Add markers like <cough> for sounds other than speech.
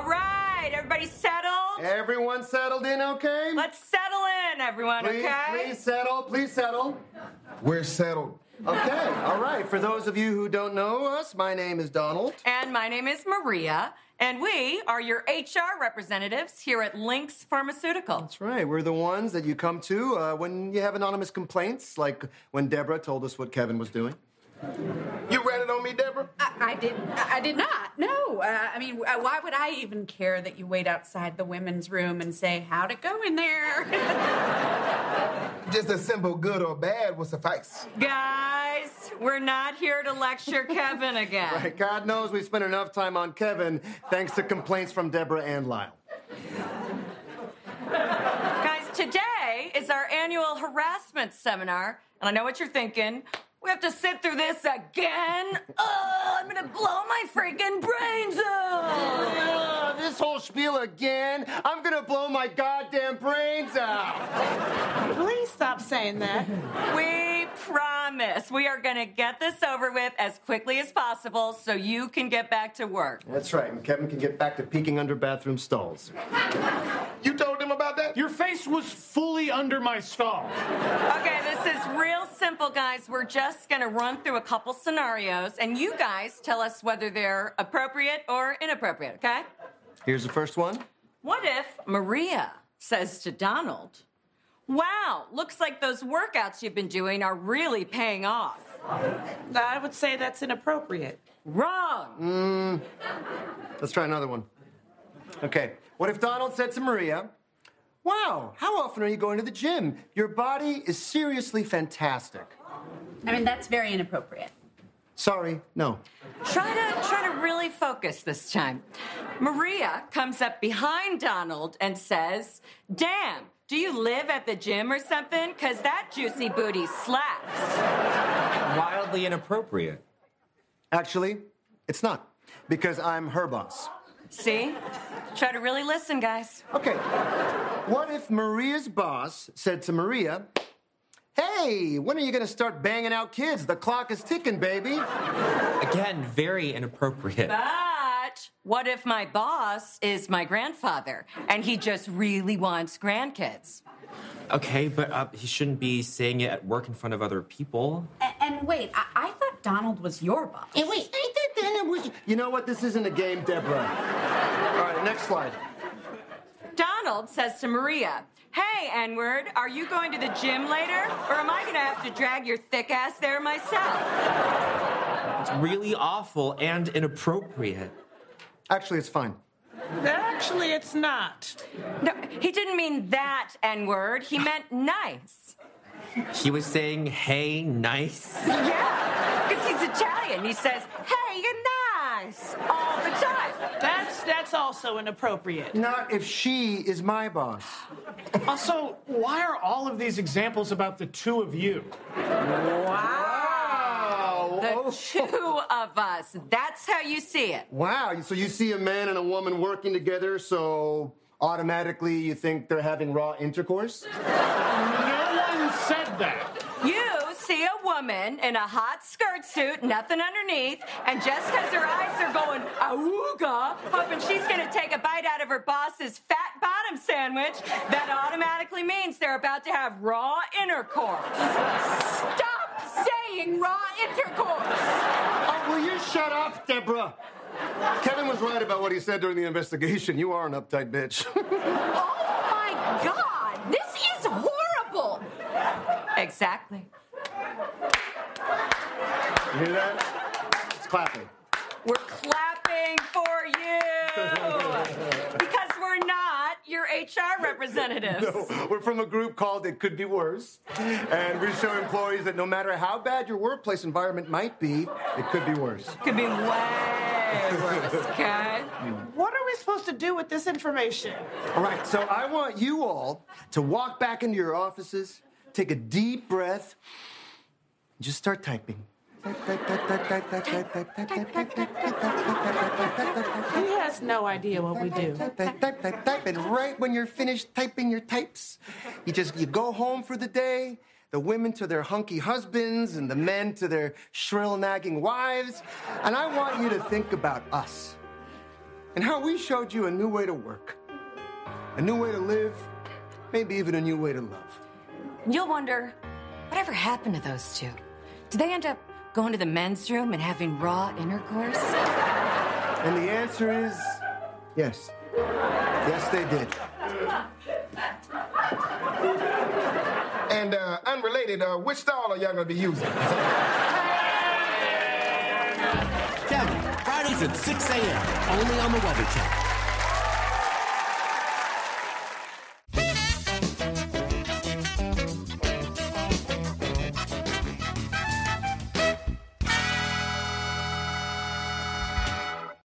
right, everybody settled? Everyone settled in okay? Let's settle in, everyone, please, okay? please settle, please settle. We're settled. Okay, all right. For those of you who don't know us, my name is Donald. And my name is Maria, and we are your HR representatives here at Lynx Pharmaceuticals. That's right. We're the ones that you come to uh, when you have anonymous complaints, like when Deborah told us what Kevin was doing. You ratted on me, Deborah? I did. I did not. No. Uh, I mean, uh, why would I even care that you wait outside the women's room and say how'd it go in there? <laughs> Just a simple good or bad will suffice. Guys, we're not here to <laughs> lecture Kevin again. Right, God knows we spent enough time on Kevin thanks to complaints from Deborah and Lyle. Guys, today is our annual harassment seminar, and I know what you're thinking. We have to sit through this again? Oh, I'm gonna blow my freaking brains out! Ah, this whole spiel again. I'm gonna blow my goddamn brains out. Please stop saying that. We promise we are gonna get this over with as quickly as possible so you can get back to work. That's right, and Kevin can get back to peeking under bathroom stalls. You told them about that? Your face was fully under my stall. Okay, this is real simple, guys. We're just gonna run through a couple scenarios, and you guys tell us whether they're appropriate or inappropriate, okay? Here's the first one. What if Maria says to Donald, Wow, looks like those workouts you've been doing are really paying off? I would say that's inappropriate. Wrong. Let's try another one. Okay. What if Donald said to Maria, Wow, how often are you going to the gym? Your body is seriously fantastic. I mean, that's very inappropriate. Sorry, no. Try to try to really focus this time. Maria comes up behind Donald and says, "Damn, do you live at the gym or something? Cause that juicy booty slaps." Wildly inappropriate. Actually, it's not, because I'm her boss. See? Try to really listen, guys. Okay. What if Maria's boss said to Maria, Hey, when are you gonna start banging out kids? The clock is ticking, baby. Again, very inappropriate. But what if my boss is my grandfather and he just really wants grandkids? Okay, but uh, he shouldn't be saying it at work in front of other people. A- and wait, I-, I thought Donald was your boss. And wait, ain't that Dana? Was you know what? This isn't a game, Deborah. All right, next slide. Donald says to Maria, Hey, N word, are you going to the gym later? Or am I gonna have to drag your thick ass there myself? It's really awful and inappropriate. Actually, it's fine. Actually, it's not. No, he didn't mean that N word, he meant nice. He was saying, hey, nice. Yeah, because he's Italian. He says, Hey, you're nice all the time. That's that's also inappropriate. Not if she is my boss. Also, why are all of these examples about the two of you? Wow. The two of us. That's how you see it. Wow. So you see a man and a woman working together, so automatically you think they're having raw intercourse? No one said that. You see a woman in a hot skirt suit, nothing underneath, and just because her eyes are going awooga, hoping she's going to take a bite out of her boss's fat bottom sandwich, that automatically means they're about to have raw intercourse. Stop saying raw intercourse. Oh, will you shut up, Deborah? Kevin was right about what he said during the investigation. You are an uptight bitch. <laughs> Oh my God, this is horrible. Exactly. you hear that? It's clapping. We're clapping for you because we're not your HR representatives. We're from a group called It Could Be Worse. And we show employees that no matter how bad your workplace environment might be, it could be worse. Could be way worse, okay? What are we supposed to do with this information? All right, so I want you all to walk back into your offices, take a deep breath, and just start typing. He has no idea what we do. Type, type, type, type, and right when you're finished typing your types, you just you go home for the day. The women to their hunky husbands, and the men to their shrill nagging wives. And I want you to think about us. and how we showed you a new way to work, a new way to live, maybe even a new way to love. You'll wonder, whatever happened to those two? Did they end up going to the men's room and having raw intercourse? And the answer is yes. Yes, they did. And uh, unrelated, uh, which stall are y'all gonna be using? Kevin, Fridays at 6 a.m. Only on the Weather Channel.